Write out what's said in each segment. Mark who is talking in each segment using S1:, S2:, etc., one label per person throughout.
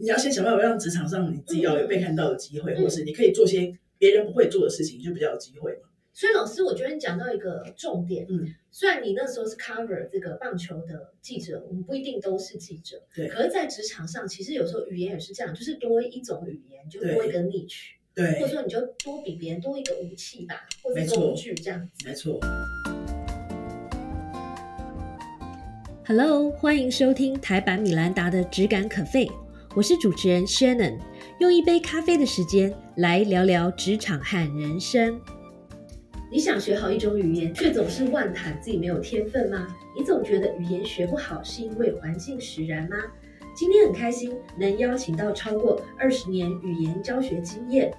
S1: 你要先想办法让职场上你自己要有被看到的机会，
S2: 嗯
S1: 或是你可以做些别人不会做的事情，就比较有机会嘛。
S2: 所以老师，我觉得你讲到一个重点，
S1: 嗯，
S2: 虽然你那时候是 cover 这个棒球的记者，我们不一定都是记者，
S1: 对
S2: 可是，在职场上，其实有时候语言也是这样，就是多一种语言，就
S1: 对
S2: 多一个 niche，
S1: 对
S2: 或者，说你就多比别人多一个武器吧，或者
S1: 没
S2: 是
S1: 错
S2: 工具这样子。
S1: 没错。
S3: Hello，欢迎收听台版米兰达的《只感可废》，我是主持人 Shannon，用一杯咖啡的时间来聊聊职场和人生。
S2: 你想学好一种语言，却总是妄谈自己没有天分吗？你总觉得语言学不好是因为环境使然吗？今天很开心能邀请到超过二十年语言教学经验，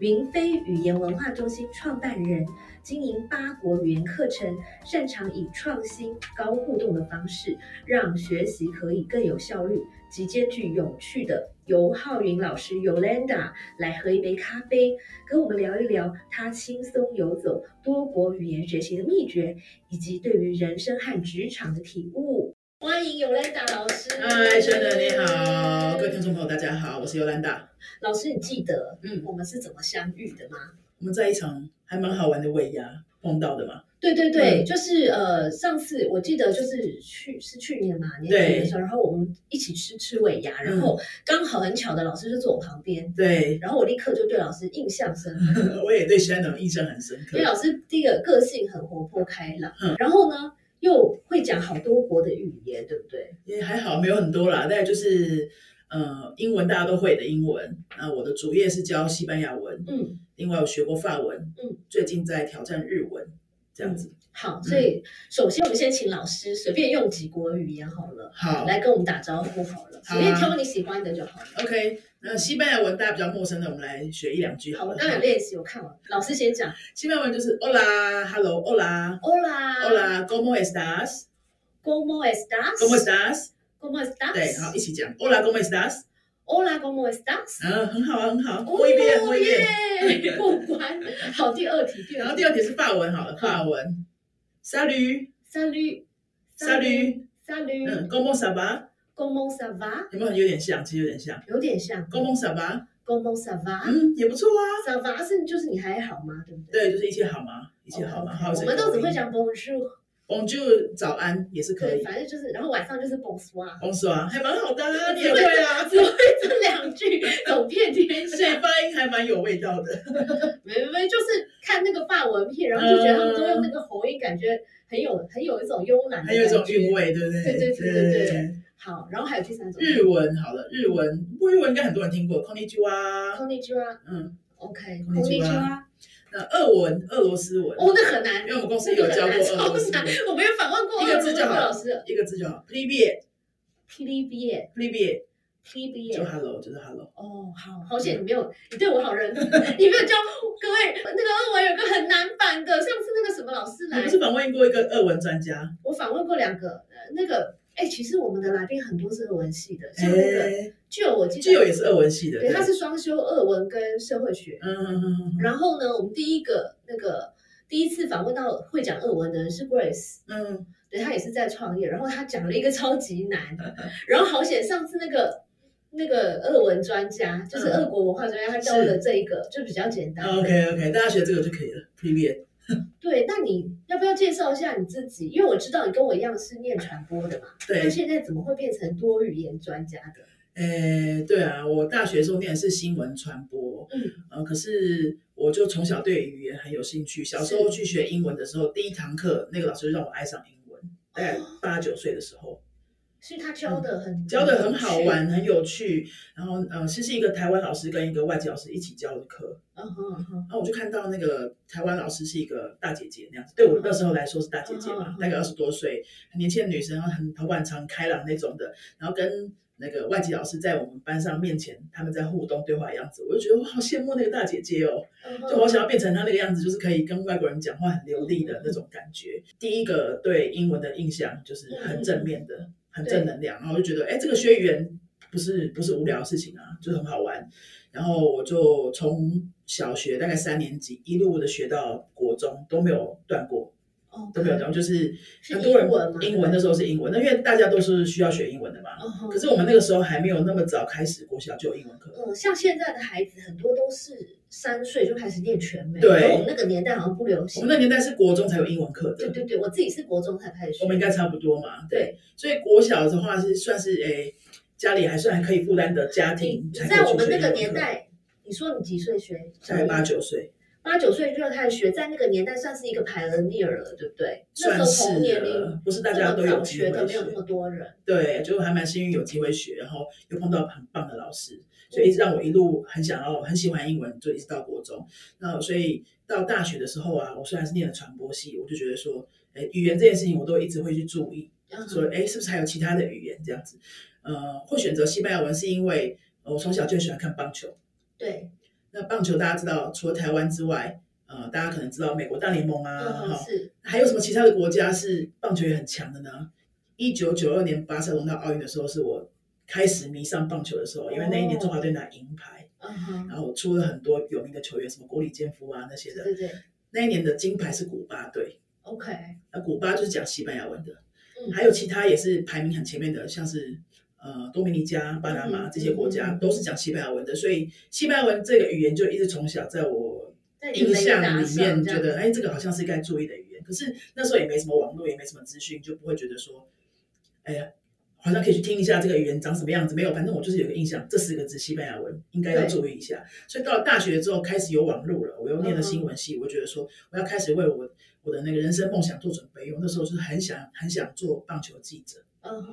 S2: 云飞语言文化中心创办人，经营八国语言课程，擅长以创新、高互动的方式，让学习可以更有效率及兼具有趣的尤浩云老师 Yolanda 来喝一杯咖啡。跟我们聊一聊他轻松游走多国语言学习的秘诀，以及对于人生和职场的体悟。欢迎尤兰达老师。
S1: 嗨，轩哎的你好，各位听众朋友，大家好，我是尤兰达。
S2: 老师，你记得
S1: 嗯
S2: 我们是怎么相遇的吗？
S1: 我们在一场还蛮好玩的尾牙碰到的嘛。
S2: 对对对，
S1: 嗯
S2: 就是呃，上次我记得就是去是去年嘛，年底的时候，然后我们一起吃吃尾牙，
S1: 嗯
S2: 然后刚好很巧的老师就坐我旁边，
S1: 对，
S2: 然后我立刻就对老师印象深刻。
S1: 我也对轩的印象很深刻
S2: 因为。老师第一个个性很活泼开朗，
S1: 嗯
S2: 然后呢又会讲好多国的语言，对不对？
S1: 也还好，没有很多啦，大概就是呃，英文大家都会的英文。那我的主业是教西班牙文，
S2: 嗯，
S1: 另外我学过法文，
S2: 嗯，
S1: 最近在挑战日文，这样子。
S2: 好，所
S1: 嗯
S2: 以首先我们先请老师随便用几国语言好了，
S1: 好
S2: 来跟我们打招呼好了，
S1: 好啊
S2: 随便挑你喜欢的就好了。
S1: ，OK。那西班牙文大家比较陌生的，我们来学一两句
S2: 好，
S1: 好
S2: 我
S1: 了。
S2: 刚有练习，我看完，老师先讲
S1: 西班牙文就是 Hola，Hello，Hola。
S2: ，Hola，Hola，Como
S1: Hola，¿cómo estás？¿Cómo
S2: estás？Como
S1: estás？
S2: estás？
S1: 对，好，一起讲。Hola，¿cómo estás？
S2: ，Hola，Como estás？
S1: 嗯，很好啊，很好，
S2: 哦
S1: muy bien，muy bien。
S2: 耶，过关。好，第二题，
S1: 然后第二题是法文，好了，法文。Salut，Salut
S2: ，Salut，Salut，Salut，Como
S1: 嗯，Comment ça va？
S2: ça va？
S1: 有没有有点像？其实有点像。
S2: 有点像
S1: Comment ça va？
S2: ，Como ça va？
S1: 嗯，也不错啊。
S2: 萨瓦是就是你还好吗？对不对？
S1: 对，就是一切好吗？一切好吗？好，
S2: 哦我们都只会。讲 bonjour，
S1: Bonjour，早安也是可
S2: 对，
S1: 以。
S2: 反正就是，然后晚上就是 bonsoir，
S1: Bonsoir，还蛮好的啊，你
S2: 只
S1: 也
S2: 会
S1: 会
S2: 这
S1: 啊。
S2: 只会这两句，走遍天
S1: 而且
S2: 下。
S1: 发音还蛮有味道的。
S2: 没没没，就是看那个法文片，然后就觉得他们都用那个喉音，感觉很有很有一种慵懒的
S1: 还有一种
S2: 感觉
S1: 韵。味，对不对？
S2: 对对对对对好，然后还有第三种，
S1: 日文好了，日文，不过日文应该很多人听过 k o n i c h i w a
S2: konnichiwa，OK，
S1: 嗯，
S2: konnichiwa，
S1: 那俄文，俄罗斯文，
S2: 啊哦，那很难
S1: 因，为我们公司
S2: 那
S1: 有
S2: 个
S1: 教
S2: 很
S1: 过
S2: 难，
S1: 俄
S2: 超
S1: 罗斯
S2: 难
S1: 文，，
S2: 我没有访问过
S1: 一
S2: 俄
S1: 个
S2: 罗
S1: 字
S2: 斯
S1: 就好
S2: 老师
S1: 一个字就好 p r i v i e
S2: p l i v i e
S1: p r i v i e
S2: p l i v i e
S1: 就 hello，就是 hello。
S2: 哦，好好险你没有，你对我好人，你没有教各位那个俄文有个很难版的，上次那个什么老师
S1: 我
S2: 来
S1: 不，是访问过一个俄文专家，
S2: 我访问过两个，呃那个哎、其实我们的来宾很多是俄文系的，像那个
S1: 哎，
S2: 就我记得
S1: 具有也是俄文系的，
S2: 对，他是双修俄文跟社会学。
S1: 嗯嗯嗯嗯
S2: 然后呢，我们第一个那个第一次访问到会讲俄文的人是 Grace，
S1: 嗯，
S2: 对他也是在创业，然后他讲了一个超级 难，然后好险上次那个那个俄文专家，就是
S1: 嗯
S2: 俄国文化专家，他教的这一个就比较简单。
S1: 嗯，OK OK，大家学这个就可以了 p r i v i e
S2: 对，那你要不要介绍一下你自己？因为我知道你跟我一样是念传播的嘛，那
S1: 对，
S2: 现在怎么会变成多语言专家的？
S1: 诶，对啊，我大学时候念的是新闻传播，
S2: 嗯，
S1: 呃，可是我就从小对语言很有兴趣。小时候去学英文的时候，第一堂课那个老师就让我爱上英文，大概八九岁的时候，
S2: 所以他教的很、
S1: 嗯教的很好玩，，很有趣。然后，呃，其实一个台湾老师跟一个外籍老师一起教的课，
S2: 嗯哼嗯哼，
S1: 然后我就看到那个台湾老师是一个大姐姐那样子，对我那时候来说是大姐姐
S2: 嗯
S1: 嘛
S2: 嗯，嗯
S1: 大概二十多岁，很年轻的女生，然后很头发很长、开朗那种的，然后跟那个外籍老师在我们班上面前他们在互动对话的样子，我就觉得我好羡慕那个大姐姐哦，
S2: 嗯
S1: 就我
S2: 哼
S1: 想要变成她那个样子，就是可以跟外国人讲话很流利的那种感觉。第一个对英文的印象就是
S2: 嗯
S1: 很正面的，很正能量，然后我就觉得，哎，这个学语言不是不是无聊的事情啊，就是很好玩。然后我就从小学大概三年级一路的学到国中都没有断过，
S2: 哦，
S1: 都没有讲，就是
S2: 是
S1: 很多人
S2: 英文吗
S1: 英文那时候是英文，那因为大家都是需要学英文的嘛。
S2: 哦吼
S1: 可是我们那个时候还没有那么早开始国小就有英文课，
S2: 嗯，像现在的孩子很多都是三岁就开始念全美，
S1: 对
S2: 可我们那个年代好像不流
S1: 我
S2: 行。
S1: 们那年代是国中才有英文课
S2: 对
S1: 的，
S2: 对对，我自己是国中才开始学，
S1: 我们应该差不多嘛。
S2: 对，
S1: 所以国小的话是算是诶、家里还算可以负担的家
S2: 你
S1: 庭
S2: 你
S1: 才
S2: 在
S1: 可
S2: 我
S1: 以去
S2: 们
S1: 学
S2: 那
S1: 英
S2: 个
S1: 文
S2: 年
S1: 课，
S2: 代，你说你几岁学？
S1: 才八九岁，
S2: 八九岁就开始学，在那个年代算是一个 pioneer 了，对不对？那
S1: 算
S2: 时候同
S1: 是
S2: 年
S1: 了
S2: 龄
S1: 不是大
S2: 这
S1: 家
S2: 么
S1: 都有
S2: 早
S1: 机
S2: 学
S1: 会
S2: 的，没有那么多人。
S1: 对，就还蛮幸运有机会学，然后又碰到很棒的老师，所以一直让我一路很想要、很喜欢英文，就一直到国中。那所以到大学的时候啊，我虽然是念了传播系，我就觉得说，哎，语言这件事情我都一直会去注意，
S2: 嗯
S1: 说，哎，是不是还有其他的语言这样子？呃，会选择西班牙文是因为、呃我从小就喜欢看棒球。
S2: 对，
S1: 那棒球大家知道，除了台湾之外，呃，大家可能知道美国大联盟啊，哈、
S2: 嗯，是，
S1: 还有什么其他的国家是棒球也很强的呢？一九九二年巴塞隆纳奥运的时候，是我开始迷上棒球的时候，因为那一年中华队拿银牌，
S2: 嗯哼，
S1: 然后出了很多有名的球员，什么国里健夫啊那些
S2: 对
S1: 的。
S2: 对对
S1: 那一年的金牌是古巴队，
S2: ，OK，
S1: 那古巴就是讲西班牙文的，
S2: 嗯，
S1: 还有其他也是排名很前面的，像是呃多米尼加、巴拿马
S2: 嗯
S1: 这些国家
S2: 嗯
S1: 都是讲西班牙文的，所以西班牙文这个语言就一直从小在我
S2: 在你
S1: 印
S2: 雷达
S1: 象里
S2: 上
S1: 面
S2: 这
S1: 觉
S2: 样
S1: 得，哎，这个好像是该注意的语言。可是那时候也没什么网络，也没什么资讯，就不会觉得说，哎呀，好像可以去听一下这个语言长什么样子。没有，反正我就是有个印象，这四个字西班牙文应该要
S2: 对
S1: 注意一下。所以到了大学之后，开始有网络了，我又念
S2: 嗯
S1: 了新闻系，我觉得说我要开始为我我的那个人生梦想做准备。因为我那时候就是很想很想做棒球记者，
S2: 嗯哼，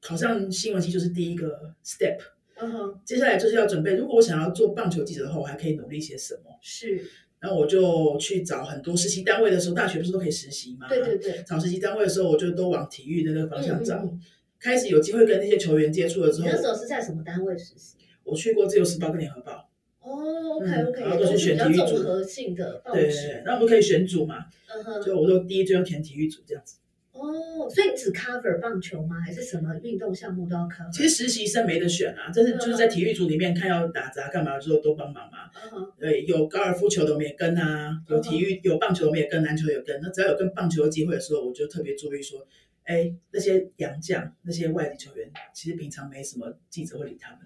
S1: 考上新闻系就是第一个 step。
S2: 嗯哼，
S1: 接下来就是要准备，如果我想要做棒球记者的话，我还可以努力些什么？
S2: 是，
S1: 然后我就去找很多实习单位的时候，大学不是都可以实习吗？
S2: 对对对，
S1: 找实习单位的时候，我就都往体育的那个方向找。
S2: 嗯嗯
S1: 开始有机会跟那些球员接触了之
S2: 你
S1: 后
S2: 那，时候是在什么单位实习？
S1: 我去过《自由时报》跟《联合报
S2: 哦，OK
S1: 嗯
S2: OK，
S1: 然后
S2: 也
S1: 都
S2: 都
S1: 是
S2: 是比
S1: 选
S2: 较
S1: 体育
S2: 综
S1: 组
S2: 合性的报》。
S1: 对对对
S2: 纸，，
S1: 那我们可以选组嘛？
S2: 嗯哼，
S1: 就我都第一志愿填体育组这样子。
S2: 哦，所以你只 cover 棒球吗？还是什么运动项目都要 cover？
S1: 其实实习生没得选啊，但是
S2: 嗯
S1: 就是在体育组里面看要打杂干嘛，就都帮忙嘛。
S2: 嗯哼，
S1: 对，有高尔夫球的我们也跟啊，有体育有棒球的我们也跟，篮球也跟。那只要有跟棒球的机会的时候，我就特别注意说，哎，那些洋将、那些外籍球员，其实平常没什么记者会理他们。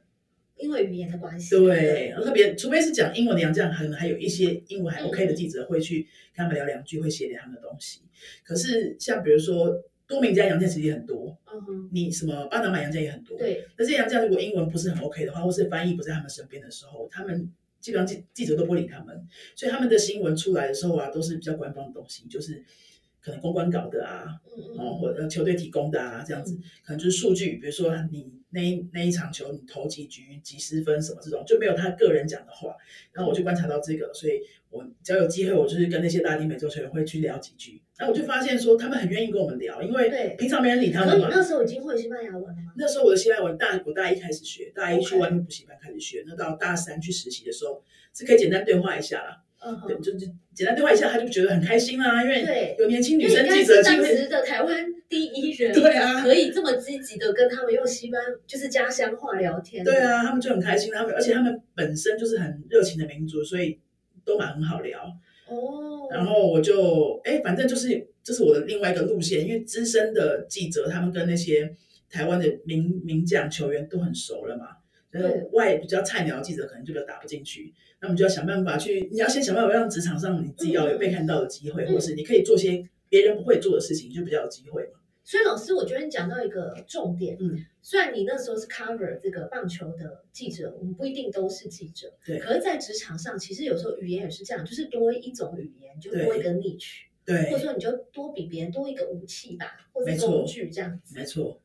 S2: 因为语言的关系。
S1: 对，特别除非是讲英文的洋将，可能还有一些英文还 OK 的记者会去跟他们聊两句，会写点他们的东西。可是像比如说多名家洋将其实也很多，
S2: 嗯哼，
S1: 你什么巴拿马洋将也很多，
S2: 对，
S1: 那这些洋将如果英文不是很 OK 的话，或是翻译不在他们身边的时候，他们基本上记记者都不会理他们，所以他们的新闻出来的时候啊，都是比较官方的东西，就是可能公关搞的啊，
S2: 嗯
S1: 哦，
S2: 嗯，
S1: 或者球队提供的啊，这样子，可能就是数据，比如说你那一那一场球你投几局几十分什么这种，就没有他个人讲的话。然后我就观察到这个，所以我只要有机会，我就是跟那些拉丁美洲球员会去聊几句。那我就发现说，他们很愿意跟我们聊，因
S2: 嗯对
S1: 为平常没人理他
S2: 可
S1: 们
S2: 你
S1: 嘛。
S2: 那时候已经会西班牙文了吗？
S1: 那时候我的西班牙文大我大一开始学，大一
S2: OK
S1: 去外面补习班开始学，那到大三去实习的时候是可以简单对话一下啦，
S2: 嗯
S1: 对，
S2: 哼，
S1: 就就简单对话一下，他就觉得很开心啦，因为
S2: 对。
S1: 有年轻
S2: 因
S1: 女
S2: 为
S1: 生
S2: 你该
S1: 记者的
S2: 是
S1: 机
S2: 当
S1: 会，
S2: 时的台湾第一人，
S1: 对啊
S2: 可以这么积极的跟他们用西班就是家乡话聊天，
S1: 对，啊，他们就很开心，他们而且他们本身就是很热情的民族，所以都蛮很好聊。
S2: 哦，
S1: 然后我就哎，反正就是这是我的另外一个路线，因为资深的记者他们跟那些台湾的名名将球员都很熟了嘛，所以
S2: 对
S1: 外比较菜鸟的记者可能就比较打不进去，那我们就要想办法去，你要先想办法让职场上你自己要有被看到的机会，
S2: 嗯
S1: 或是你可以做些别人不会做的事情，就比较有机会嘛。
S2: 所以老师，我觉得你讲到一个重点，
S1: 嗯，
S2: 虽然你那时候是 cover 这个棒球的记者，我们不一定都是记者，
S1: 对
S2: 可是，在职场上，其实有时候语言也是这样，就是多一种语言，就
S1: 对
S2: 多一个 niche，或者
S1: 对，
S2: 说你就多比别人多一个武器吧，或者
S1: 没
S2: 是
S1: 错
S2: 工具这样
S1: 没
S2: 子，
S1: 错。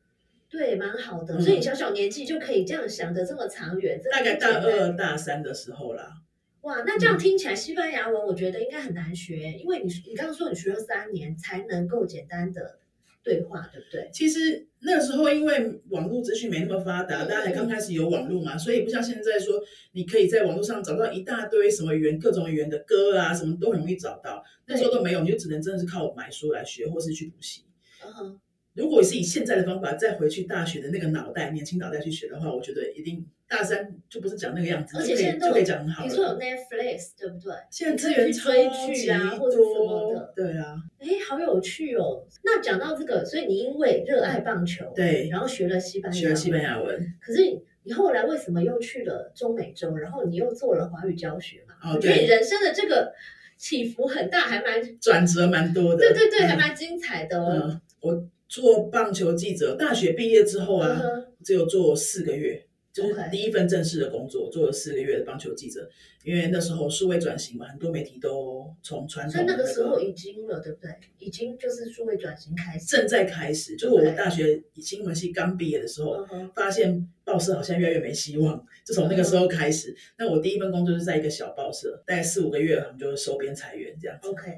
S2: 对，蛮好的。
S1: 嗯
S2: 所以你小小年纪就可以这样想的这么长远，真的
S1: 大概
S2: 不简
S1: 大
S2: 单
S1: 二嗯大三的时候啦，
S2: 哇，那这样听起来西班牙文，我觉得应该很难学，因为你你刚刚说你学了三年才能够简单的对话，对不对？
S1: 其实那个时候因为网络资讯没那么发达，
S2: 嗯
S1: 大家才刚开始有网络嘛，所以不像现在说你可以在网络上找到一大堆什么语言、各种语言的歌啊，什么都很容易找到。那时候都没有，你就只能真的是靠买书来学，或是去补习。
S2: 嗯哼，
S1: 如果是以现在的方法再回去大学的那个脑袋、年轻脑袋去学的话，我觉得一定大三就不是讲那个样子，
S2: 而
S1: 就
S2: 且
S1: 可以
S2: 现在都有
S1: 就可以讲很好
S2: 你
S1: 了。
S2: 说有 Netflix 对不对？
S1: 现在资源超
S2: 你可以去追
S1: 级
S2: 剧啊或
S1: 多，
S2: 者什么的
S1: 对啊，
S2: 哎，好有趣哦。那讲到这个，所以你因为热爱棒球，，
S1: 对，
S2: 然后学了西班牙，
S1: 学西班牙文。
S2: 可是你后来为什么又去了中美洲，然后你又做了华语教学嘛？
S1: 哦
S2: 我觉得你
S1: 对
S2: 人生的这个起伏很大，还蛮
S1: 转折蛮多的，
S2: 对对对，
S1: 嗯
S2: 还蛮精彩的哦。
S1: 嗯，我做棒球记者，大学毕业之后啊，
S2: 嗯
S1: 只有做四个月，就是
S2: OK
S1: 第一份正式的工作，做了四个月的棒球记者。因为那时候数位转型嘛，很多媒体都从传
S2: 所以
S1: 统的
S2: 那个时候已经了，对不对？已经就是数位转型开始。
S1: 正在开始，就是我
S2: OK
S1: 大学新闻系刚毕业的时候，
S2: 嗯哼
S1: 发现报社好像越来越没希望，就从那个时
S2: 嗯
S1: 候开始。那我第一份工作就是在一个小报社，大概四五个月，我们就收编裁员这样子。
S2: OK，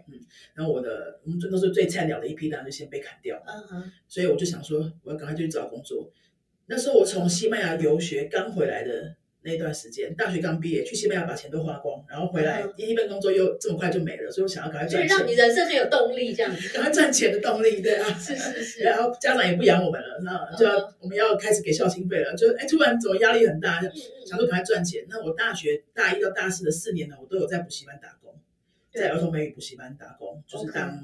S1: 然后我的我们都是最菜鸟的一批，当然就先被砍掉。
S2: 嗯哼，
S1: 所以我就想说，我要赶快去找工作。那时候我从西班牙留学刚回来的那段时间，大学刚毕业，去西班牙把钱都花光，然后回来
S2: 嗯
S1: 第一份工作又这么快就没了，所以我想要赶快
S2: 就是
S1: 赚
S2: 让你
S1: 钱，
S2: 人生很有动力这样子。
S1: 赶快赚钱的动力，对啊。
S2: 是是是，嗯
S1: 然后家长也不养我们了，那就要、我们要开始给孝心费了，就是哎，突然怎么压力很大，就想说赶快赚钱。那我大学大一到大四的四年呢，我都有在补习班打工，
S2: 对
S1: 在儿童美语补习班打工，就是
S2: OK
S1: 当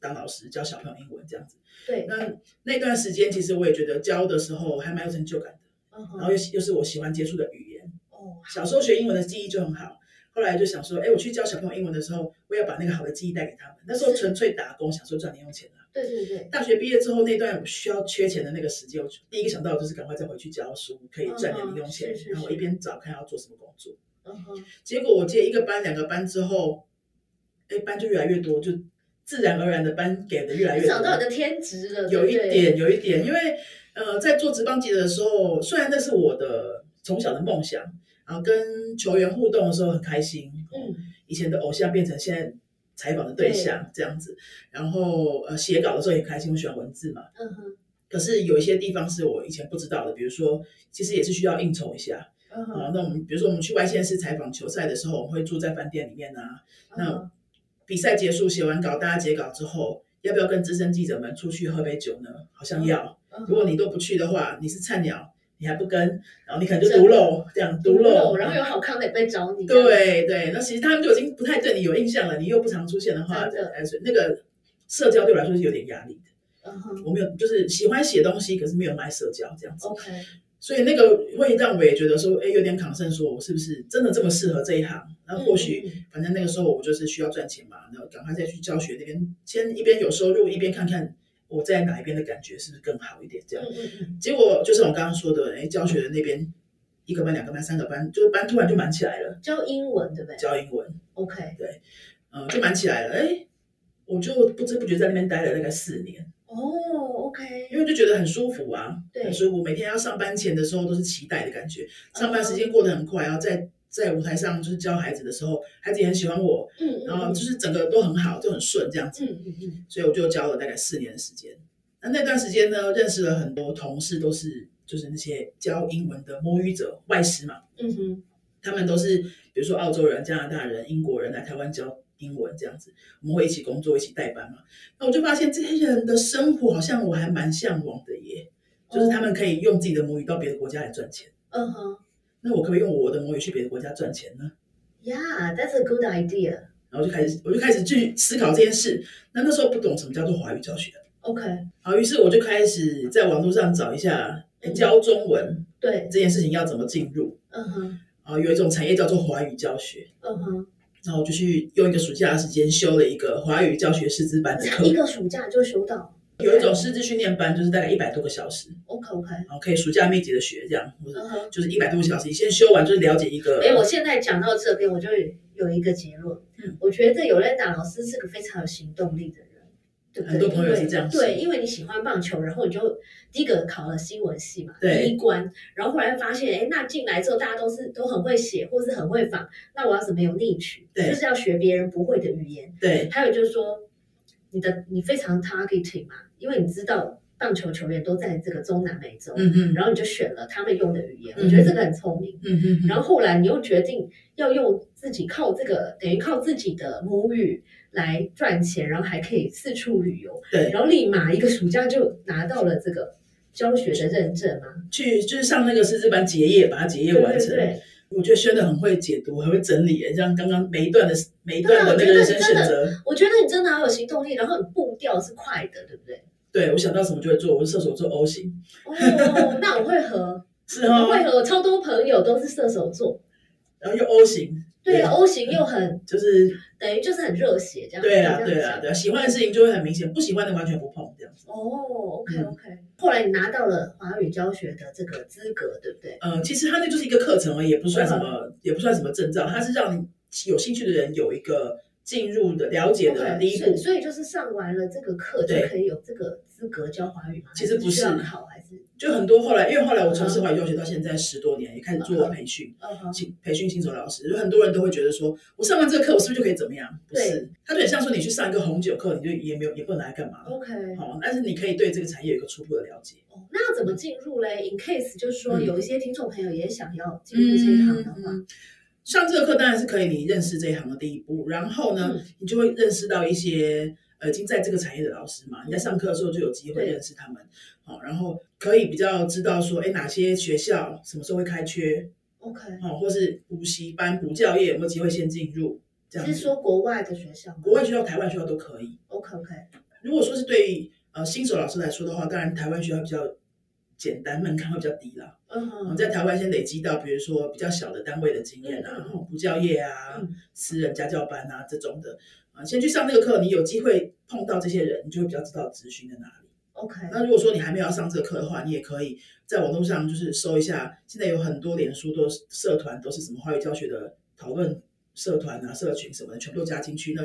S1: 当老师教小朋友英文这样子。
S2: 嗯对，
S1: 那那段时间，其实我也觉得教的时候还蛮有成就感的，
S2: 嗯
S1: 然后
S2: 哼，
S1: 又又是我喜欢接触的语言。
S2: 哦，
S1: 小时候学英文的记忆就很好，后来就想说，哎，我去教小朋友英文的时候，我要把那个好的记忆带给他们。那时候
S2: 是
S1: 纯粹打工，想说赚零用钱啊。
S2: 对对对，
S1: 大学毕业之后那段需要缺钱的那个时间，我第一个想到的就是赶快再回去教书，可以赚点零用钱。
S2: 嗯是是是
S1: 然后我一边找看要做什么工作。
S2: 嗯哼，
S1: 结果我接一个班、两个班之后，哎，班就越来越多，就自然而然的班给的越来越
S2: 你
S1: 多。
S2: 找到你的天职了，对
S1: 有
S2: 不
S1: 一
S2: 对，
S1: 点，有一点，因为呃，在做职棒记者的时候，虽然那是我的从小的梦想，然后跟球员互动的时候很开心，
S2: 嗯，
S1: 以前的偶像变成现在采访的对象这样子，然后呃，写稿的时候也很开心，我喜欢文字嘛。
S2: 嗯哼，
S1: 可是有一些地方是我以前不知道的，比如说，其实也是需要应酬一下
S2: 嗯
S1: 啊
S2: 哼，。
S1: 那我们比如说我们去外县市采访球赛的时候，我们会住在饭店里面啊。
S2: 嗯
S1: 那比赛结束写完稿，大家截稿之后，要不要跟资深记者们出去喝杯酒呢？好像要。
S2: 嗯哼
S1: 如果你都不去的话，你是菜鸟，你还不跟，然后你可能就独漏这样独漏，
S2: 然后有好康的也不会找你，，
S1: 对对，那其实他们就已经不太对你有印象了，你又不常出现的话，
S2: 真的
S1: 哎，所以那个社交对我来说是有点压力的。
S2: 嗯哼
S1: 我没有就是喜欢写东西，可是没有卖社交这样子，
S2: ，OK，
S1: 所以那个会让我也觉得说，哎，有点抗胜，说我是不是真的这么适合这一行？那或许。
S2: 嗯嗯嗯
S1: 反正那个时候我就是需要赚钱嘛，那赶快再去教学那边，先一边有收入，一边看看我在哪一边的感觉是不是更好一点，这样。
S2: 嗯嗯嗯，
S1: 结果就像我刚刚说的，哎，教学的那边一个班、两个班、三个班，就是班突然就满起来了，
S2: 嗯教英文对不对
S1: 教英文，
S2: ？OK，
S1: 呃，就满起来了。哎，我就不知不觉在那边待了大概四年，
S2: 哦，OK，嗯
S1: 因为就觉得很舒服啊，
S2: 对哦
S1: 很舒服。每天要上班前的时候都是期待的感觉，上班时间过得很快，然后在在舞台上就是教孩子的时候，孩子也很喜欢我，
S2: 嗯嗯，
S1: 然后
S2: 嗯
S1: 就是整个都很好，就很顺这样子。
S2: 嗯嗯嗯，
S1: 所以我就教了大概四年的时间。那那段时间呢，认识了很多同事，都是就是那些教英文的母语者、外师嘛，
S2: 嗯哼，
S1: 他们都是比如说澳洲人、加拿大人、英国人来台湾教英文这样子，我们会一起工作、一起代班嘛。那我就发现这些人的生活好像我还蛮向往的耶，就是他们可以用自己的母语到别的国家来赚钱。
S2: 嗯哼
S1: 那我可不可以用我的母语去别的国家赚钱呢？
S2: ，Yeah，that's a good idea。
S1: 然后就开始，我就开始去思考这件事。那那时候不懂什么叫做华语教学，
S2: OK，
S1: 好，于是我就开始在网络上找一下诶
S2: 嗯
S1: 教中文
S2: 对，
S1: 这件事情要怎么进入
S2: 嗯哼，
S1: 啊。有一种产业叫做华语教学，
S2: 嗯哼，
S1: 然后我就去用一个暑假的时间修了一个华语教学师资班的课
S2: 一。个暑假就修到
S1: 有一种师资训练班，就是大概一百多个小时，
S2: ，OK OK，
S1: 然后可以暑假密集的学这样，或者
S2: 嗯哼。
S1: 就是一百多个小时，你先修完就是了解一个。
S2: 哎，我现在讲到这边，我就有一个结论。
S1: 嗯
S2: 我觉得尤雷达老师是个非常有行动力的人，对不对？
S1: 很多朋友
S2: 因为
S1: 是这样
S2: 对，
S1: 想
S2: 因为你喜欢棒球，然后你就第一个考了新闻系嘛，
S1: 对
S2: 第一关，然后后来发现，哎，那进来之后大家都是都很会写，或是很会仿，那我要怎么有逆取？
S1: 对
S2: 就是要学别人不会的语言。
S1: 对
S2: 还有就是说，你的你非常 targeting 嘛，因为你知道棒球球员都在这个中南美洲，
S1: 嗯哼，
S2: 然后你就选了他们用的语言，
S1: 嗯
S2: 我觉得这个很聪明。
S1: 嗯哼，
S2: 然后后来你又决定要用自己靠这个，等于靠自己的母语来赚钱，然后还可以四处旅游，
S1: 对，
S2: 然后立马一个暑假就拿到了这个教学的认证嘛。
S1: 去就是上那个师资班结业，把它结业
S2: 对
S1: 完
S2: 对
S1: 成。
S2: 对，
S1: 我觉得轩的很会解读，很会整理，像刚刚每一段的每一段的那
S2: 对
S1: 个
S2: 啊我觉得
S1: 人生选
S2: 真的
S1: 择。
S2: 我觉得你真的好有行动力，然后你步调是快的，对不对？
S1: 对我想到什么就会做，我是射手座 O 型，
S2: 哦，那我会 合，
S1: 是
S2: 我会
S1: 哦，
S2: 合，我超多朋友都是射手座，
S1: 然后又 O 型，
S2: 对啊
S1: 对啊
S2: ，O 型又很
S1: 就是
S2: 等于就是很热血这样，
S1: 对啦
S2: 可以
S1: 对
S2: 这样
S1: 啦
S2: 讲
S1: 对啊啦，喜欢的事情就会很明显，不喜欢的完全不碰这样子。
S2: 哦，OK
S1: 嗯
S2: OK，、后来你拿到了华语教学的这个资格，对不对？
S1: 呃，其实它那就是一个课程而已，也不算什
S2: 嗯
S1: 么，也不算什么证照，它是让你有兴趣的人有一个进入的了解的
S2: OK，
S1: 第一步
S2: 所以。所以就是上完了这个课就
S1: 对
S2: 可以有这个资格教华语吗？
S1: 其实不
S2: 还需要
S1: 是
S2: 考还是？
S1: 就很多后来，因为后来我从事华语教学到现在十多年，也开始做培训。
S2: 嗯哼，
S1: 新培训新手老师，有很多人都会觉得说，我上完这个课，我是不是就可以怎么样？不是，它就很像说你去上一个红酒课，你就也没有也不能拿来干嘛。
S2: OK，
S1: 好，但是你可以对这个产业有一个初步的了解。
S2: 哦，那要怎么进入嘞？In case 就是说
S1: 嗯
S2: 有一些听众朋友也想要进入这一行的话，
S1: 嗯上这个课当然是可以你认识这一行的第一步，然后呢，
S2: 嗯
S1: 你就会认识到一些呃已经在这个产业的老师嘛，你在
S2: 嗯
S1: 上课的时候就有机会
S2: 对
S1: 认识他们，好、然后可以比较知道说，哎，哪些学校什么时候会开缺，
S2: OK，
S1: 哦，或是补习班、补教业有没有机会先进入，这样
S2: 是
S1: 子
S2: 说国外的学校吗？
S1: 国外学校、台湾学校都可以。
S2: OK OK，
S1: 如果说是对于呃新手老师来说的话，当然台湾学校比较简单，门槛会比较低啦。
S2: 嗯
S1: 我
S2: 哼，
S1: 们在台湾先累积到，比如说比较小的单位的经验啊，
S2: 嗯嗯嗯
S1: 然后补教业啊、
S2: 嗯
S1: 私人家教班啊这种的，啊、先去上这个课，你有机会碰到这些人，你就会比较知道咨询在哪里。
S2: OK，
S1: 那如果说你还没有要上这个课的话，你也可以在网络上就是搜一下，现在有很多脸书都是社团都是什么华语教学的讨论社团啊、社群什么的，全部都加进去。那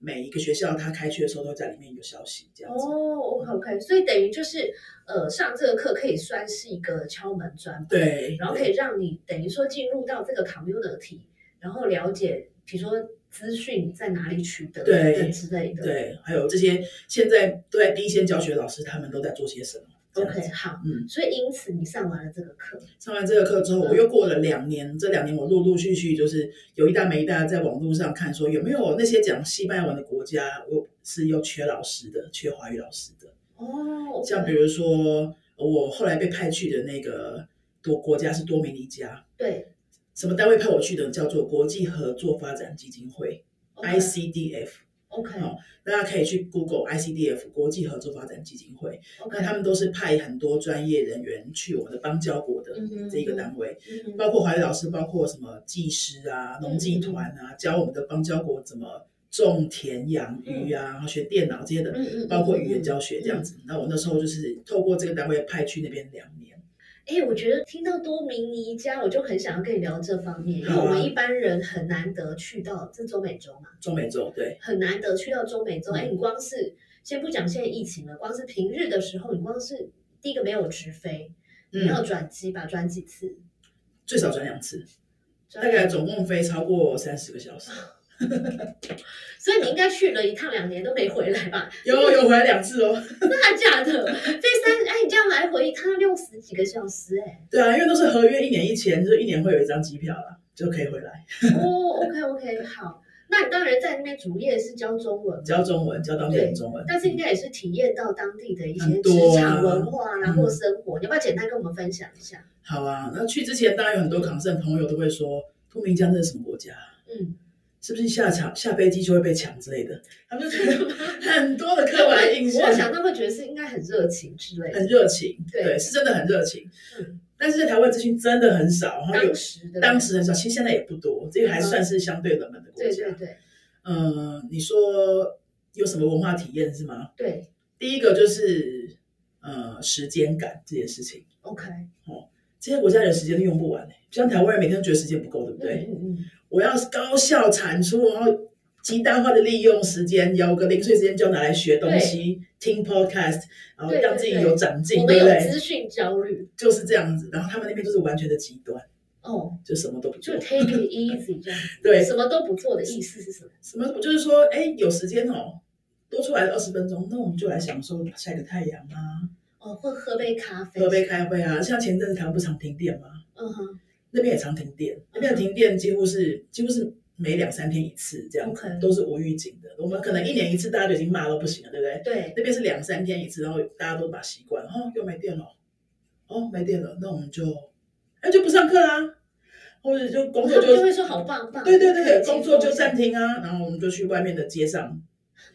S1: 每一个学校它开学的时候都会在里面有消息，这样子。
S2: 哦，OK OK，所以等于就是呃上这个课可以算是一个敲门砖，，
S1: 对，
S2: 然后可以让你等于说进入到这个 community，然后了解，比如说资讯在哪里取得
S1: 对
S2: 等等之类的。
S1: 对，还有这些现在都在第一线教学的老师，他们都在做些什么这样子
S2: ，OK，好，
S1: 嗯，
S2: 所以因此你上完了这个课，
S1: 上完这个课之
S2: 嗯
S1: 后，我又过了两年，这两年我陆陆续续就是有一搭没一搭在网络上看，说有没有那些讲西班牙文的国家，我是又缺老师的，缺华语老师的。
S2: 哦，
S1: 像比
S2: 如
S1: 如说我后来被派去的那个多国家是多米尼加，
S2: 对
S1: 什么单位派我去的叫做国际合作发展基金会
S2: 哦
S1: （ICDF），
S2: OK
S1: 好大家可以去 Google ICDF 国际合作发展基金会。
S2: OK，
S1: 那他们都是派很多专业人员去我们的邦交国的
S2: 嗯哼
S1: 这一个单位，
S2: 嗯哼
S1: 包括华语老师，包括什么技师
S2: 嗯
S1: 啊、农技团啊，教我们的邦交国怎么种田养鱼啊，然后学电脑这些的。
S2: 嗯嗯嗯
S1: 包括语言教学这样子。那我那时候就是透过这个单位派去那边两年。
S2: 哎、我觉得听到多明尼加，我就很想要跟你聊这方面，因为
S1: 好啊
S2: 我们一般人很难得去到这中美洲嘛，
S1: 中美洲对，
S2: 很难得去到中美洲。
S1: 嗯
S2: 哎、你光是先不讲现在疫情了，光是平日的时候，你光是第一个没有直飞，你要
S1: 嗯，
S2: 转机吧，转几次？
S1: 最少转两次，
S2: 嗯
S1: 大
S2: 转
S1: 概总共飞超过三十个小时，
S2: 所以你应该去了一趟，两年都没回来吧？
S1: 有有回来两次哦。
S2: 真的假的？飞三哎，你这样来回一趟六十几个小时、哎。
S1: 对啊，因为都是合约一年一签，就是一年会有一张机票啦，就可以回来
S2: 哦，OK OK，好。那你当然在那边主业是教中文嘛，
S1: 教中文，教当地人中文。
S2: 但是应该也是体验到当地的一些
S1: 很
S2: 职
S1: 多啊
S2: 场文化啦、
S1: 嗯
S2: 或生活，你要不要简单跟我们分享一下？
S1: 好啊，那去之前当然有很多抗盛朋友都会说，杜明江这是什么国家啊？
S2: 嗯，
S1: 是不是下场下飞机就会被抢之类的？他们就觉得很多的刻
S2: 我
S1: 板印象
S2: 我，想到会觉得是应该很热情之类的，
S1: 很热情，
S2: 对
S1: 对，是真的很热情
S2: 嗯。
S1: 但是在台湾资讯真的很少，然后有
S2: 当时的
S1: 当时很少，其实现在也不多，这个还算是相对冷门的国
S2: 对对
S1: 家。
S2: 对
S1: 嗯，你说有什么文化体验是吗？
S2: 对
S1: 第一个就是呃时间感这件事情，
S2: ，OK，
S1: 这些国家人时间都用不完、欸，就像台湾人每天都觉得时间不够，对不对？
S2: 嗯嗯嗯，
S1: 我要高效产出，然后极大化的利用时间，有个零碎时间就要拿来学东西，听 podcast，然后
S2: 对对
S1: 让自己有长进，
S2: 我
S1: 对
S2: 们
S1: 不
S2: 有
S1: 对？
S2: 资讯焦虑
S1: 就是这样子。然后他们那边就是完全的极端，
S2: 哦，
S1: 就什么都不做
S2: 就，take it easy 这样子，
S1: 对，
S2: 什么都不做的意思是什么？
S1: 什么就是说，哎，有时间哦，多出来的二十分钟，那我们就来享受晒个太阳啊，
S2: 哦，或喝杯咖啡，
S1: 喝杯，开会啊。像前阵子台湾不常停电吗？
S2: 嗯哼，
S1: 那边也常停
S2: 嗯
S1: 电，那边的停电几乎是几乎是每两三天一次这样
S2: OK
S1: 都是无预警的。我们可能一年一次，大家就已经骂到不行了，对不对？
S2: 对，
S1: 那边是两三天一次，然后大家都把习惯，哦，又没电了，哦，没电了，那我们就，哎，就不上课啦，或者就工作
S2: 他们就
S1: 就
S2: 会，说好棒棒，
S1: 对对对
S2: 可以
S1: 对，
S2: 轻
S1: 工作
S2: 松
S1: 就
S2: 一下
S1: 暂。停啊，然后我们就去外面的街上，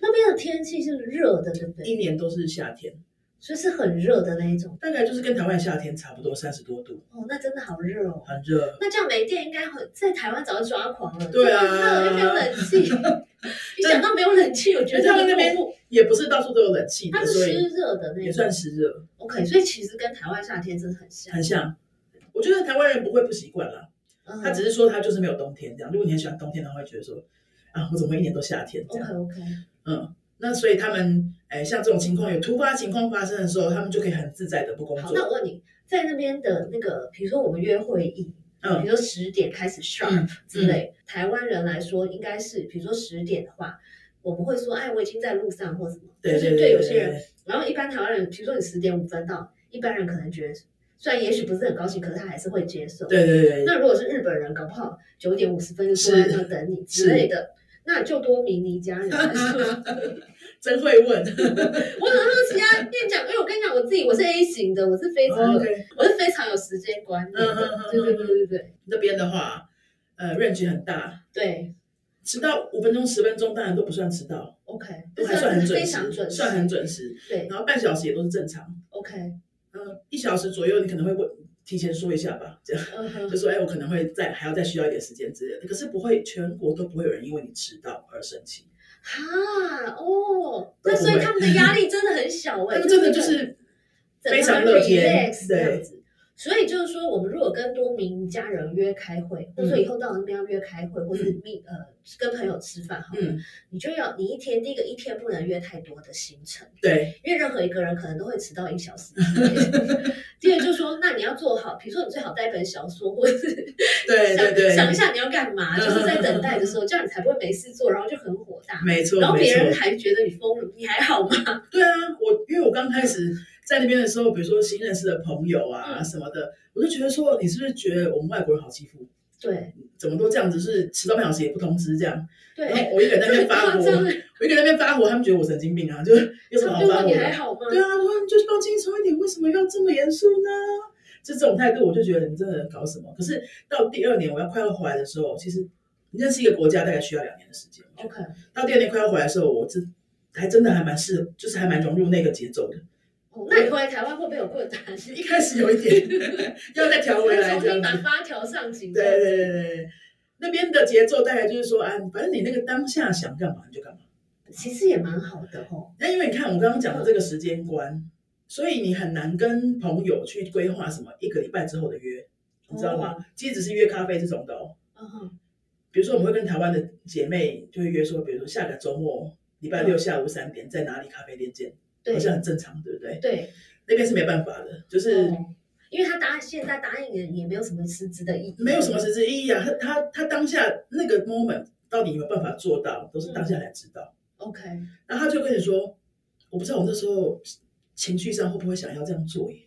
S2: 那边的天气是热的，对不对？
S1: 一年都是夏天，
S2: 所以是很热的那一种。
S1: 大概就是跟台湾夏天差不多，三十多度，
S2: 哦，那真的好热哦。
S1: 很热。
S2: 那这样没电应该很在台湾早就抓狂了。
S1: 对啊
S2: 这么热又没有冷 气，一想到没有冷气，我觉
S1: 因为
S2: 得
S1: 他们
S2: 很
S1: 那边
S2: 恐怖
S1: 也不是到处都有冷气
S2: 它
S1: 的，
S2: 是
S1: 所
S2: 湿
S1: 以
S2: 热的那
S1: 也
S2: 种
S1: 算。湿热，
S2: OK，所以其实跟台湾夏天真的很像。
S1: 很像。我觉得台湾人不会不习惯啦，
S2: 嗯
S1: 他只是说他就是没有冬天这样。如果你很喜欢冬天的话，会觉得说啊，我怎么会一年都夏天这
S2: OK
S1: 样？
S2: OK，
S1: 嗯，那所以他们哎，像这种情况有突发情况发生的时候，他们就可以很自在的不工
S2: 好，那
S1: 作。
S2: 我问你，在那边的那个，比如说我们约会议，比
S1: 嗯，
S2: 如说十点开始 sharp 之类，台湾人来说应该是，比如说十点的话，我们会说，哎，我已经在路上或什么，
S1: 对
S2: 就
S1: 对
S2: 是
S1: 对，
S2: 有些人，然后一般台湾人，比如说你十点五分到，一般人可能觉得，虽然也许不是很高兴，可是他还是会接受。
S1: 对对对对，
S2: 那如果是日本人，搞不好九点五十分就坐在
S1: 是
S2: 那等你之类的，那就多迷你家人来 说。
S1: 真会 问。
S2: 我很好奇啊，跟你讲，因为我跟你讲，我自己我是 A 型的，我是非常有，
S1: 哦 OK
S2: 我是非常有时间观念
S1: 嗯嗯嗯
S2: 的
S1: 嗯，
S2: 对对对对对
S1: 那边的话，呃，range 很大，
S2: 对
S1: 迟到五分钟、十分钟当然都不算迟到，
S2: ，OK，
S1: 都还
S2: 这
S1: 算
S2: 个
S1: 很
S2: 是
S1: 准
S2: 非常
S1: 时，
S2: 准时，
S1: 算很准嗯时。
S2: 对
S1: 然后半小时也都是正常，
S2: ，OK，
S1: 嗯，一小时左右你可能会问，提前说一下吧，这样。
S2: 嗯哼
S1: 就说哎，我可能会再还要再需要一点时间之类的。可是不会，全国都不会有人因为你迟到而生气。
S2: 哈哦，
S1: 都
S2: 那
S1: 不
S2: 所以
S1: 会
S2: 他们的压力真的很小哎、
S1: 他们真的就是非常乐天
S2: 整个人 relax 这样
S1: 对
S2: 子。所以就是说，我们如果跟多名家人约开会，或
S1: 嗯
S2: 者说以后到那边要约开会，或是密呃跟朋友吃饭好了，
S1: 嗯，
S2: 你就要你一天第一个一天不能约太多的行程，
S1: 对，
S2: 因为任何一个人可能都会迟到一小时之类。 第二就是说，那你要做好，比如说你最好带本小说，或者是
S1: 对
S2: 想
S1: 对对，嗯
S2: 想一下你要干嘛，就是在等待的时候，这样你才不会没事做，然后就很火大。
S1: 没错，
S2: 然后
S1: 嗯没
S2: 别
S1: 错
S2: 人。还觉得你疯了，你还好吗？
S1: 对啊，我因为我刚开始在那边的时候，比如说新认识的朋友啊
S2: 嗯
S1: 什么的，我就觉得说，你是不是觉得我们外国人好欺负？
S2: 对
S1: 怎么都这样子，是迟到半小时也不通知这样。
S2: 对，哎
S1: 然后我一个人在那边发火，
S2: 这
S1: 我
S2: 样
S1: 一个人在那边发火，他们觉得我神经病啊， 就是有什么好
S2: 就
S1: 发
S2: 问
S1: 火
S2: 你
S1: 的？
S2: 还好吗？
S1: 对啊，我说你就放轻松一点，为什么要这么严肃呢？就这种态度，我就觉得你真的搞什么。可是到第二年我要快要回来的时候，其实你认识一个国家大概需要两年的时间。
S2: OK，
S1: 到第二年快要回来的时候，我真还真的还蛮适，就是还蛮融入那个节奏的。
S2: 哦那你回来台湾会不会有困难？
S1: 一开始有一 点要再调回来
S2: 重
S1: 这样子
S2: 新把。发条上紧。
S1: 对对对对对，那边的节奏大概就是说啊，反正你那个当下想干嘛你就干嘛。
S2: 其实也蛮好的哦。
S1: 那因为你看我刚刚讲的这个时间观，所以你很难跟朋友去规划什么一个礼拜之后的约，你知道吗？即使是约咖啡这种的哦，
S2: 嗯哼，
S1: 比如说我们会跟台湾的姐妹就会约说，比如说下个周末礼拜六下午三点在哪里咖啡店见，
S2: 对
S1: 好像很正常，对不对？
S2: 对，
S1: 那边是没办法的，就是
S2: 哦因为他答现在答应人也没有什么实质的意义，
S1: 没有什么实质意义啊。他他他当下那个 moment 到底有没有办法做到，都是当下才知道。
S2: OK，
S1: 然后他就跟你说，我不知道我那时候情绪上会不会想要这样做耶。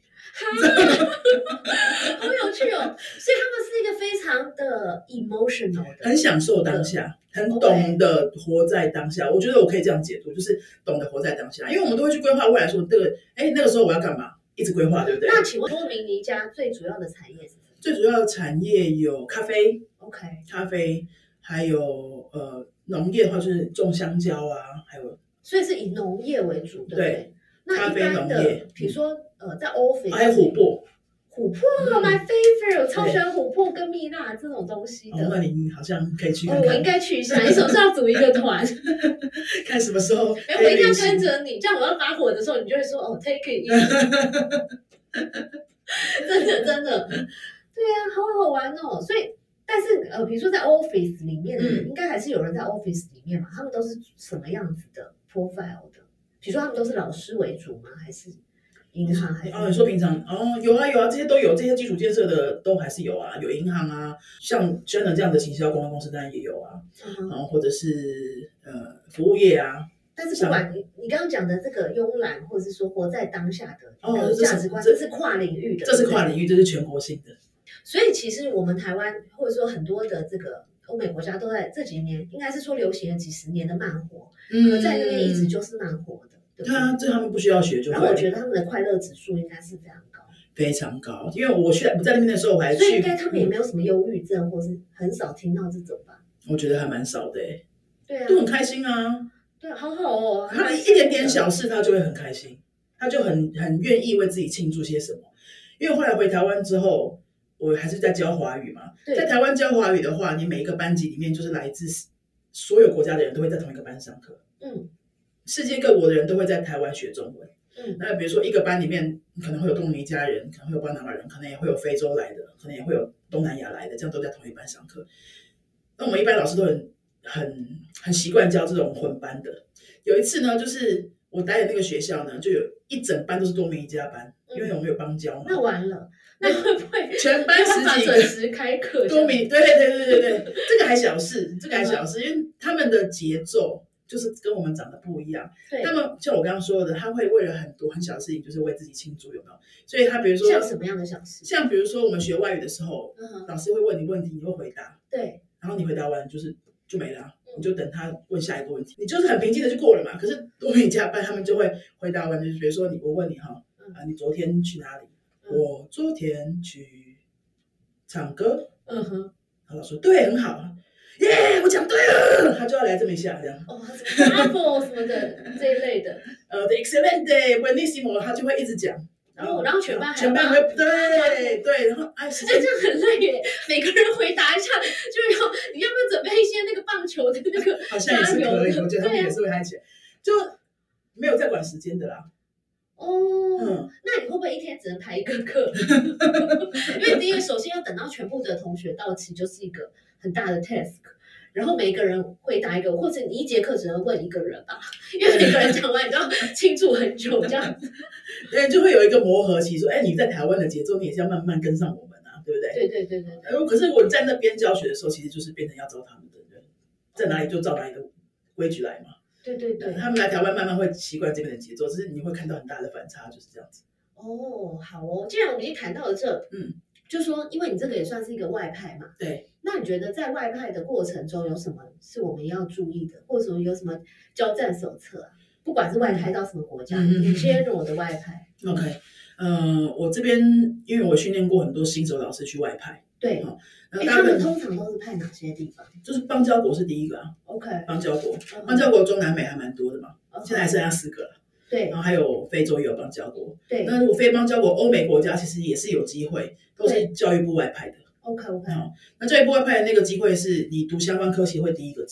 S2: 好有趣哦。所以他们是一个非常的 emotional 的
S1: 很享受当下，很
S2: 嗯 OK
S1: 懂得活在当下。我觉得我可以这样解读，就是懂得活在当下，因为我们都会去规划未来说，这个哎那个时候我要干嘛，一直规划，对不对？
S2: 那请问多明尼家最主要的产业是什么
S1: 最主要的产业有咖啡，
S2: ？OK，
S1: 咖啡还有呃农业的话就是种香蕉啊，还有
S2: 所以是以农业为主，对不
S1: 对？
S2: 那一般
S1: 咖啡农业
S2: 的，比如说呃，在 office
S1: 还有琥，珀。嗯
S2: 琥珀、my favorite，我超
S1: 对
S2: 喜欢琥珀跟蜜蜡这种东西的。
S1: 哦，那你好像可以去
S2: 哦
S1: 看，
S2: 我
S1: 看
S2: 应，该去一下。你什么时候要组一个团？
S1: 看什么时候
S2: 哎，
S1: 可
S2: 我一
S1: 以
S2: 定要
S1: 旅行。
S2: 跟着你，这样我要发火的时候，你就会说哦，take it easy。真的，真的，对啊，好好玩哦。所以，但是呃，比如说在 office 里面，
S1: 嗯
S2: 应该还是有人在 office 里面嘛？他们都是什么样子的 profile 的？比如说他们都是老师为主吗？还是银行？还是
S1: 哦，你说平常哦，有啊有啊，这些都有，这些基础建设的都还是有啊，有银行啊，像 j e n 这样的行销公关公司当然也有啊，
S2: 嗯哼
S1: 然后或者是呃服务业啊，
S2: 但是不管你你刚刚讲的这个慵懒，或者是说活在当下的
S1: 哦
S2: 一个
S1: 这是
S2: 价值观，
S1: 这
S2: 这是跨领域的，
S1: 这是
S2: 对不对
S1: 跨领域，这是全国性的。
S2: 所以其实我们台湾或者说很多的这个欧美国家都在这几年，应该是说流行了几十年的慢活，可嗯在那边一直就是慢活的，
S1: 嗯
S2: 对不
S1: 对
S2: 对？
S1: 啊，这他们不需要学就
S2: 然后我
S1: 会
S2: 觉得他们的快乐指数应该是非常高，
S1: 非常高。因为我去我在那边的时候，我还
S2: 所以
S1: 去嗯
S2: 应该他们也没有什么忧郁症，或是很少听到这种吧？
S1: 我觉得还蛮少的、欸，
S2: 对啊，
S1: 都很开心啊。
S2: 对啊，好好哦，还
S1: 他
S2: 蛮
S1: 一点点小事，他就会很开心，他就很很愿意为自己庆祝些什么。因为后来回台湾之后，我还是在教华语嘛，
S2: 对
S1: 在台湾教华语的话，你每一个班级里面就是来自所有国家的人都会在同一个班上课，
S2: 嗯
S1: 世界各国的人都会在台湾学中文。
S2: 嗯
S1: 那比如说一个班里面可能会有东尼加人，可能会有巴拿马人，可能也会有非洲来的，可能也会有东南亚来的，这样都在同一班上课。那我们一般老师都很很很习惯教这种混班的。有一次呢，就是我待的那个学校呢，就有一整班都是多米尼加班，因为我们有帮教
S2: 那
S1: 嘛，
S2: 完了，那会不会
S1: 全班
S2: 没办法
S1: 十几
S2: 准
S1: 个。
S2: 时开 课？
S1: 多米，对对对对对对，这个还小事，这个还小事，因为他们的节奏就是跟我们长得不一样。
S2: 对
S1: 他，们像我刚刚说的，他会为了很多很小的事情，就是为自己庆祝，有没有？所以他比如说
S2: 像什么样的小事？
S1: 像比如说我们学外语的时候，
S2: 嗯哼，
S1: 老师会问你问题，你会回答，
S2: 对，
S1: 然后你回答完就是就没了啊
S2: 嗯，
S1: 你就等他问下一个问题，你就是很平静的就过了嘛。可是多米加班他们就会回答完，就是比如说你我问你哈
S2: 嗯，
S1: 啊你昨天去哪里？
S2: 嗯
S1: 我昨天去唱歌。
S2: 嗯哼，
S1: 然后老师说对，很好，啊耶，我讲对了，他就要来这么一下这样。
S2: 哦，什么 apple 什么的这一类的，
S1: 呃，the excellent day buenissimo，他就会一直讲，然后
S2: 哦然后全班还
S1: 全班
S2: 要
S1: 会对对，然后哎，时
S2: 哎、
S1: 间
S2: 这样很累耶！每个人回答一下，就是要你要不要准备一些那个棒球的那个
S1: 好像也是可以，我觉得他
S2: 对
S1: 们
S2: 啊
S1: 也是会嗨起来，就没有在管时间的啦。
S2: 哦。
S1: 嗯，
S2: 那你会不会一天只能排一个课？ 因为第一个，首先要等到全部的同学到齐，就是一个很大的 task。然后每一个人回答一个，或者你一节课只能问一个人吧，因为每个人讲完，你知道庆祝很久这样子。
S1: 对，就会有一个磨合期，说，哎，你在台湾的节奏，你也是要慢慢跟上我们啊，对不对？
S2: 对对对对对，
S1: 然后可是我在那边教学的时候，其实就是变成要照他们的人，在哪里就照哪里的规矩来嘛。
S2: 对对对。
S1: 他们来台湾慢慢会习惯这边的节奏，只是你会看到很大的反差，就是这样子。
S2: 哦，好哦，既然我们已经谈到了这，
S1: 嗯，
S2: 就说因为你这个也算是一个外派嘛，
S1: 对，
S2: 那你觉得在外派的过程中有什么是我们要注意的，或者说有什么交战手册啊？不管是外派到什么国家，
S1: 嗯嗯嗯
S2: 你先入我的外派，
S1: OK，呃，我这边因为我训练过很多新手老师去外派，
S2: 对，
S1: 好
S2: 哎、
S1: 哦那
S2: 他
S1: 大部
S2: 们
S1: 分
S2: 通常都是派哪些地方
S1: 就是邦交国是第一个啊，
S2: ？OK，
S1: 邦交国，
S2: 嗯
S1: 邦交国中南美还蛮多的嘛，
S2: 嗯
S1: 现在还剩下四个了。
S2: 对
S1: 然后还有非洲也有邦交国。
S2: 对
S1: 那如果非邦交国，欧美国家其实也是有机会，都
S2: 对嗯
S1: 是教育部外派的。
S2: ，OK OK，
S1: 好那教育部外派的那个机会是你读相关科系会第一个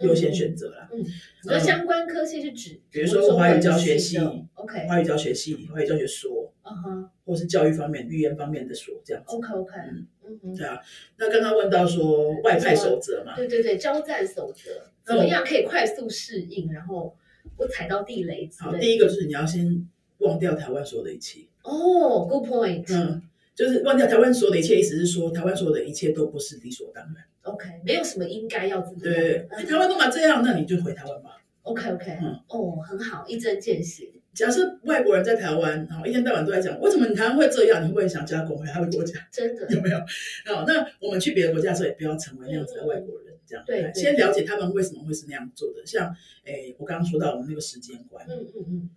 S2: 嗯
S1: 优先选择啦，嗯
S2: 你说相关科系是指，
S1: 比如说华语教学系
S2: ，OK，
S1: 华语教学系、华语教学所，
S2: 嗯哼
S1: 或者是教育方面、语言方面的所这样子。
S2: ，OK OK，
S1: 嗯
S2: 嗯哼，
S1: 对啊，那刚刚问到说外派守则嘛，
S2: 对对对，交战守则怎么样可以快速适应，然后不踩到地雷之
S1: 好，
S2: 类的。
S1: 第一个就是你要先忘掉台湾所有的一切，
S2: 哦、g o o d point、
S1: 嗯，就是忘掉台湾所有的一切，意思是说台湾所有的一切都不是理所当然。
S2: OK，没有什么应该要怎么
S1: 对
S2: 样。，
S1: 哎台湾都嘛这样，那你就回台湾吧。
S2: OK OK，
S1: 嗯
S2: 哦，很好，一针见血。
S1: 假设外国人在台湾，然后一天到晚都在讲，为什么你台湾会这样？你会不会想加工回他的国家？
S2: 真的，
S1: 有没有？好，那我们去别的国家的时候，也不要成为那样子的外国人，这样
S2: 对对
S1: 先了解他们为什么会是那样做的。像，诶，我刚刚说到我们那个时间观
S2: 嗯，嗯嗯，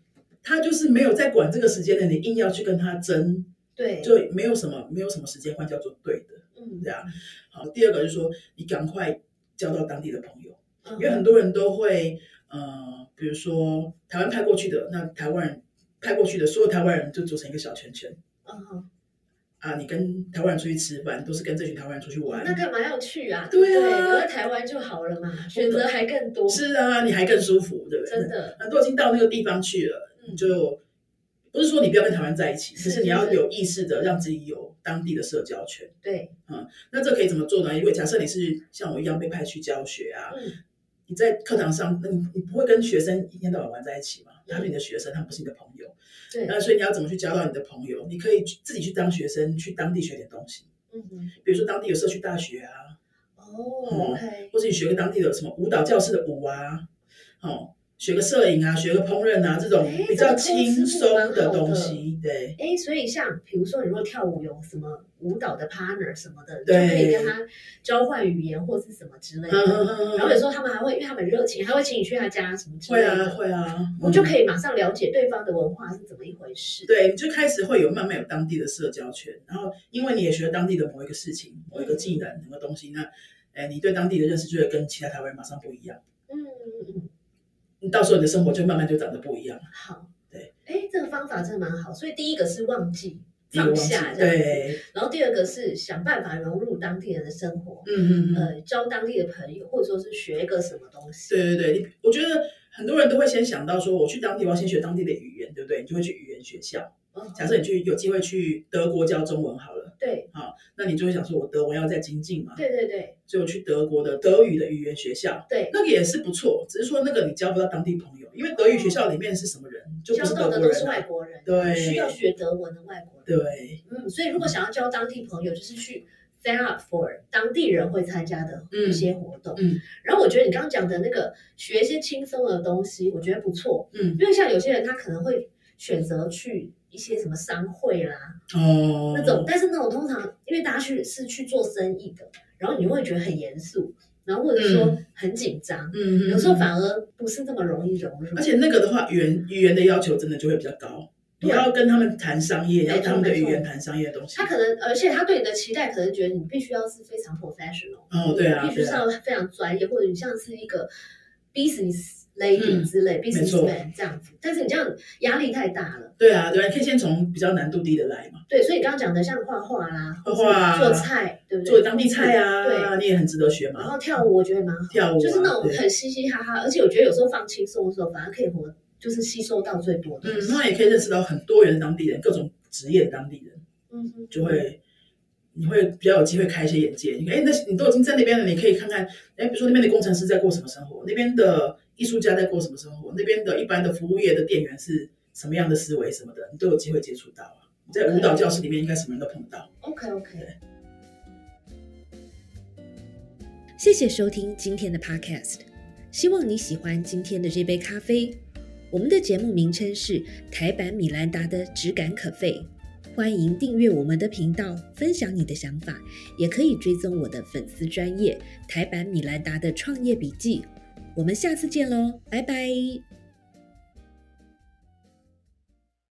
S1: 他就是没有在管这个时间的，你硬要去跟他争，
S2: 对，
S1: 就没有什么没有什么时间观叫做对的。
S2: 嗯
S1: 对啊，好，第二个就是说，你赶快交到当地的朋友。
S2: 嗯
S1: 啊因为很多人都会，呃，比如说台湾派过去的，那台湾人派过去的所有台湾人就组成一个小圈圈
S2: 嗯哼
S1: 啊，你跟台湾人出去吃饭，都是跟这群台湾人出去玩。
S2: 那干嘛要去啊？
S1: 对啊
S2: 不留在台湾就好了嘛，选择还更多。
S1: 是啊，你还更舒服，对不对？
S2: 真的，
S1: 那都已经到那个地方去了，
S2: 嗯
S1: 你就不是说你不要跟台湾在一起，
S2: 是
S1: 只是你要
S2: 是
S1: 有意识的让自己有当地的社交圈。
S2: 对，
S1: 那这可以怎么做呢？因为假设你是像我一样被派去教学啊，
S2: 嗯，
S1: 你在课堂上，那你你不会跟学生一天到晚玩在一起嘛？他是你的学生，他不是你的朋友。
S2: 对，嗯
S1: 那所以你要怎么去交到你的朋友？你可以去自己去当学生，去当地学点东西，
S2: 嗯哼，
S1: 比如说当地有社区大学啊，
S2: 哦，OK，
S1: 或者你学个当地的什么舞蹈教室的舞啊，哦，学个摄影啊，学个烹饪啊，这种
S2: 哎
S1: 比较
S2: 这个
S1: 轻松的东
S2: 公司
S1: 西，对。
S2: 哎，所以像比如说，你如果跳舞有什么舞蹈的 partner 什么的，你就
S1: 对
S2: 可以跟他交换语言或是什么之类
S1: 嗯
S2: 的。
S1: 嗯嗯
S2: 然后有时候他们还会，因为他们很热情，还会请你去他家什么之嗯类
S1: 会
S2: 的。
S1: 啊会啊，
S2: 我就
S1: 以。
S2: 可以马上了解对方的文化是怎么一回事。
S1: 对，你就开始会有慢慢有当地的社交圈，然后因为你也学了当地的某一个事情、某一个技能、某个东西，那，哎，你对当地的认识就会跟其他台湾人马上不一样，
S2: 嗯嗯嗯，
S1: 你到时候你的生活就慢慢就长得不一样，
S2: 好。
S1: 对。
S2: 哎，这个方法真的蛮好。所以第一个是忘记
S1: 你也忘
S2: 放
S1: 记
S2: 下这样子，
S1: 对，
S2: 然后第二个是想办法融入当地人的生活，
S1: 嗯嗯嗯，
S2: 呃，交当地的朋友，或者说是学一个什么东西。
S1: 对对对，你我觉得很多人都会先想到说，我去当地我要先学当地的语言，对不对？你就会去语言学校。
S2: 哦，
S1: 假设你去有机会去德国教中文好了，
S2: 对
S1: 那你就会想说，我德文要再精进嘛，
S2: 对对对
S1: 所以我去德国的德语的语言学校。
S2: 对，
S1: 那个也是不错，只是说那个你交不到当地朋友，因为德语学校里面是什么人，就不
S2: 交
S1: 是
S2: 到
S1: 德
S2: 的
S1: 国
S2: 都是
S1: 人、
S2: 外
S1: 啊。
S2: 国人，
S1: 对
S2: 需要学德文的外国人。
S1: 对，
S2: 嗯，所以如果想要交当地朋友，就是去 stand up for 当地人会参加的一些活动。
S1: 嗯嗯
S2: 然后我觉得你刚刚讲的那个学一些轻松的东西，我觉得不错，
S1: 嗯，
S2: 因为像有些人他可能会选择去一些什么商会啦、
S1: 哦，
S2: 那种，，但是那种通常因为大家去是去做生意的，然后你会觉得很严肃，然后或者说很紧张，
S1: 嗯，
S2: 有时候反而不是那么容易融入。
S1: 而且那个的话，语言语言的要求真的就会比较高，你
S2: 对
S1: 要跟他们谈商业，你要
S2: 没错
S1: 跟他们的
S2: 没
S1: 语
S2: 错
S1: 言谈商业的东西。
S2: 他可能，而且他对你的期待可能觉得你必须要是非常 professional，
S1: 哦对啊
S2: 你必须是要非常专业，或者你像是一个 business lady
S1: 嗯
S2: 之类、
S1: 没错
S2: business man 这样子。但是你这样压力太大了，
S1: 对啊，对啊，你可以先从比较难度低的来嘛，
S2: 对，所以你刚刚讲的像画画啦，
S1: 画画
S2: 或是做菜，对不对？
S1: 做当地菜
S2: 对。
S1: 啊，你也很值得学
S2: 然
S1: 嘛。
S2: 后跳舞，我觉得蛮好，
S1: 跳舞啊
S2: 就是那种
S1: 对
S2: 很嗯嘻嘻哈哈，而且我觉得有时候放轻松的时候，反而可以活，就是吸收到最多的
S1: 嗯
S2: 东，西。
S1: 那也可以认识到很多元的当地人，各种职业的当地人，
S2: 嗯哼，
S1: 就会你会比较有机会开一些眼界。你看，哎，那你都已经在那边了，你可以看看，哎，比如说那边的工程师在过什么生活，那边的艺术家在过什么生活，那边的一般的服务业的店员是什么样的思维什么的，你都有机会接触到啊。你在舞蹈教室里面，应该什么人都碰到。
S2: OK OK，
S3: 谢谢收听今天的 Podcast，希望你喜欢今天的这杯咖啡。我们的节目名称是台版米兰达的质感可废，欢迎订阅我们的频道，分享你的想法，也可以追踪我的粉丝专业台版米兰达的创业笔记。我们下次见喽，拜拜。